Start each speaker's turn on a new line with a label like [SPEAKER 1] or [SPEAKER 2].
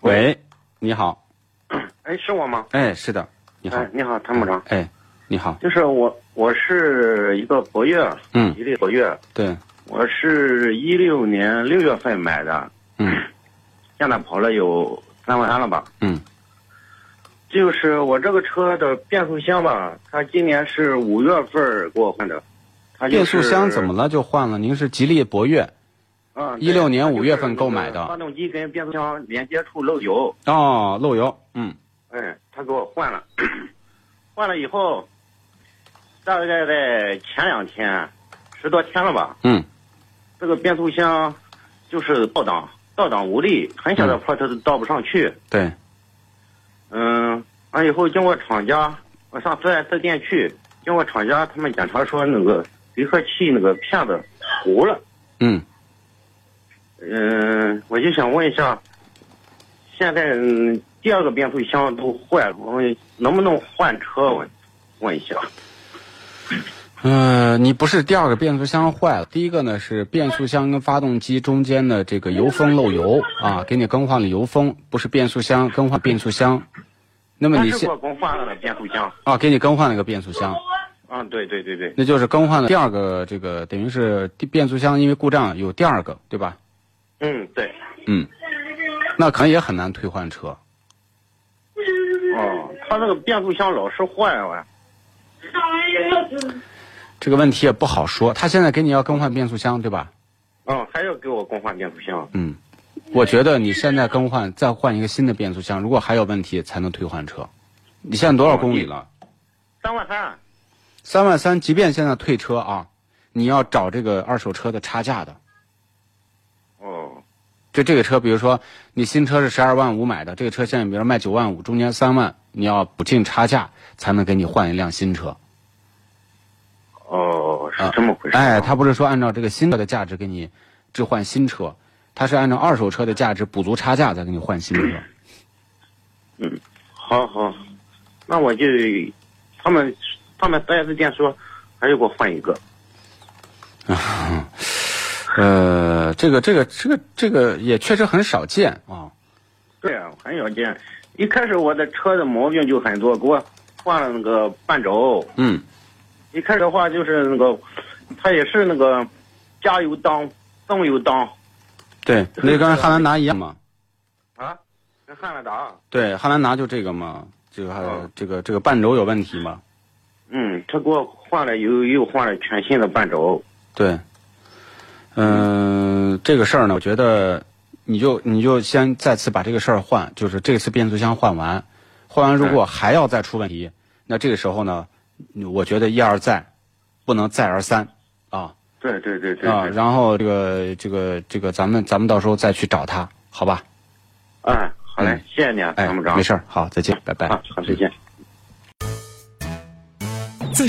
[SPEAKER 1] 喂，你好，
[SPEAKER 2] 哎，是我吗？
[SPEAKER 1] 哎，是的，你好
[SPEAKER 2] 哎，，你好，参谋长，
[SPEAKER 1] 哎，你好，
[SPEAKER 2] 就是我，我是一个博越，
[SPEAKER 1] 嗯
[SPEAKER 2] 吉利博越，
[SPEAKER 1] 对，
[SPEAKER 2] 我是一六年六月份买的，
[SPEAKER 1] 嗯
[SPEAKER 2] 现在跑了有三万三了吧？
[SPEAKER 1] 嗯
[SPEAKER 2] 就是我这个车的变速箱吧，它今年是五月份儿给我换的，它就
[SPEAKER 1] 变
[SPEAKER 2] 是
[SPEAKER 1] 速箱怎么了？就换了？您是吉利博越
[SPEAKER 2] 嗯，对
[SPEAKER 1] 16年
[SPEAKER 2] 它就是
[SPEAKER 1] 5月份购买的
[SPEAKER 2] 那个发动机跟变速箱连接处漏油，
[SPEAKER 1] 哦，漏油，嗯
[SPEAKER 2] 哎，他给我换了， 换了以后，大概在前两天，十多天了吧，
[SPEAKER 1] 嗯
[SPEAKER 2] 这个变速箱就是倒档，倒档无力，很
[SPEAKER 1] 嗯
[SPEAKER 2] 小的坡它都倒不上去。
[SPEAKER 1] 对，
[SPEAKER 2] 嗯，完以后经过厂家，我上四 S 店去，经过厂家他们检查说那个离合器那个片子糊了。
[SPEAKER 1] 嗯
[SPEAKER 2] 嗯，我就想问一下，现在、嗯第二个变速箱都坏了，我问能不能换车？我问一下。
[SPEAKER 1] 呃，你不是第二个变速箱坏了，第一个呢是变速箱跟发动机中间的这个油封漏油啊，给你更换了油封，不是变速箱更换变速箱。那么
[SPEAKER 2] 他
[SPEAKER 1] 你
[SPEAKER 2] 是给
[SPEAKER 1] 现
[SPEAKER 2] 我更换了变速箱。
[SPEAKER 1] 啊，给你更换了个变速箱，
[SPEAKER 2] 啊，对对对对，
[SPEAKER 1] 那就是更换了第二个这个，等于是第变速箱因为故障有第二个，对吧？
[SPEAKER 2] 嗯对，
[SPEAKER 1] 嗯，那可能也很难退换车。
[SPEAKER 2] 哦，他那个变速箱老是坏啊我。
[SPEAKER 1] 这个问题也不好说。他现在给你要更换变速箱，对吧？
[SPEAKER 2] 嗯，还要给我更换变速箱。
[SPEAKER 1] 嗯，我觉得你现在更换，再换一个新的变速箱，如果还有问题才能退换车。你现在多少公里了？
[SPEAKER 2] 三万三，啊
[SPEAKER 1] 三万三，即便现在退车啊，你要找这个二手车的差价的。
[SPEAKER 2] 哦，
[SPEAKER 1] 就这个车，比如说你新车是十二万五买的，这个车现在比如说卖九万五，中间三万，你要补进差价才能给你换一辆新车。
[SPEAKER 2] 哦，是
[SPEAKER 1] 啊
[SPEAKER 2] 这么回事、
[SPEAKER 1] 哎，他不是说按照这个新车的价值给你置换新车，他是按照二手车的价值补足差价再给你换新车。
[SPEAKER 2] 好好，那我就他们他们四 S 店说还要给我换一个。
[SPEAKER 1] 呃，这个这个这个这个也确实很少见啊。
[SPEAKER 2] 对啊，很少见。一开始我的车的毛病就很多，给我换了那个半轴。
[SPEAKER 1] 嗯
[SPEAKER 2] 一开始的话就是那个，它也是那个加油档、增油档
[SPEAKER 1] 对，那跟汉兰达一样嘛。
[SPEAKER 2] 啊，跟汉兰达。
[SPEAKER 1] 对，汉兰达就这个嘛，这个、
[SPEAKER 2] 嗯
[SPEAKER 1] 这个这个半轴有问题嘛。
[SPEAKER 2] 嗯，他给我换了又又换了全新的半轴。
[SPEAKER 1] 对，嗯、这个事儿呢，我觉得你就你就先再次把这个事儿换，就是这次变速箱换完，换完如果还要再出问题，那这个时候呢，我觉得一而再，不能再而三啊
[SPEAKER 2] 对对对对对。
[SPEAKER 1] 啊，然后这个这个这个咱们咱们到时候再去找他，好吧？
[SPEAKER 2] 哎，好嘞
[SPEAKER 1] 嗯，
[SPEAKER 2] 谢谢你啊，
[SPEAKER 1] 哎
[SPEAKER 2] 参谋，长。
[SPEAKER 1] 没事儿，好，再见，拜拜。
[SPEAKER 2] 啊，好，再见。
[SPEAKER 3] 在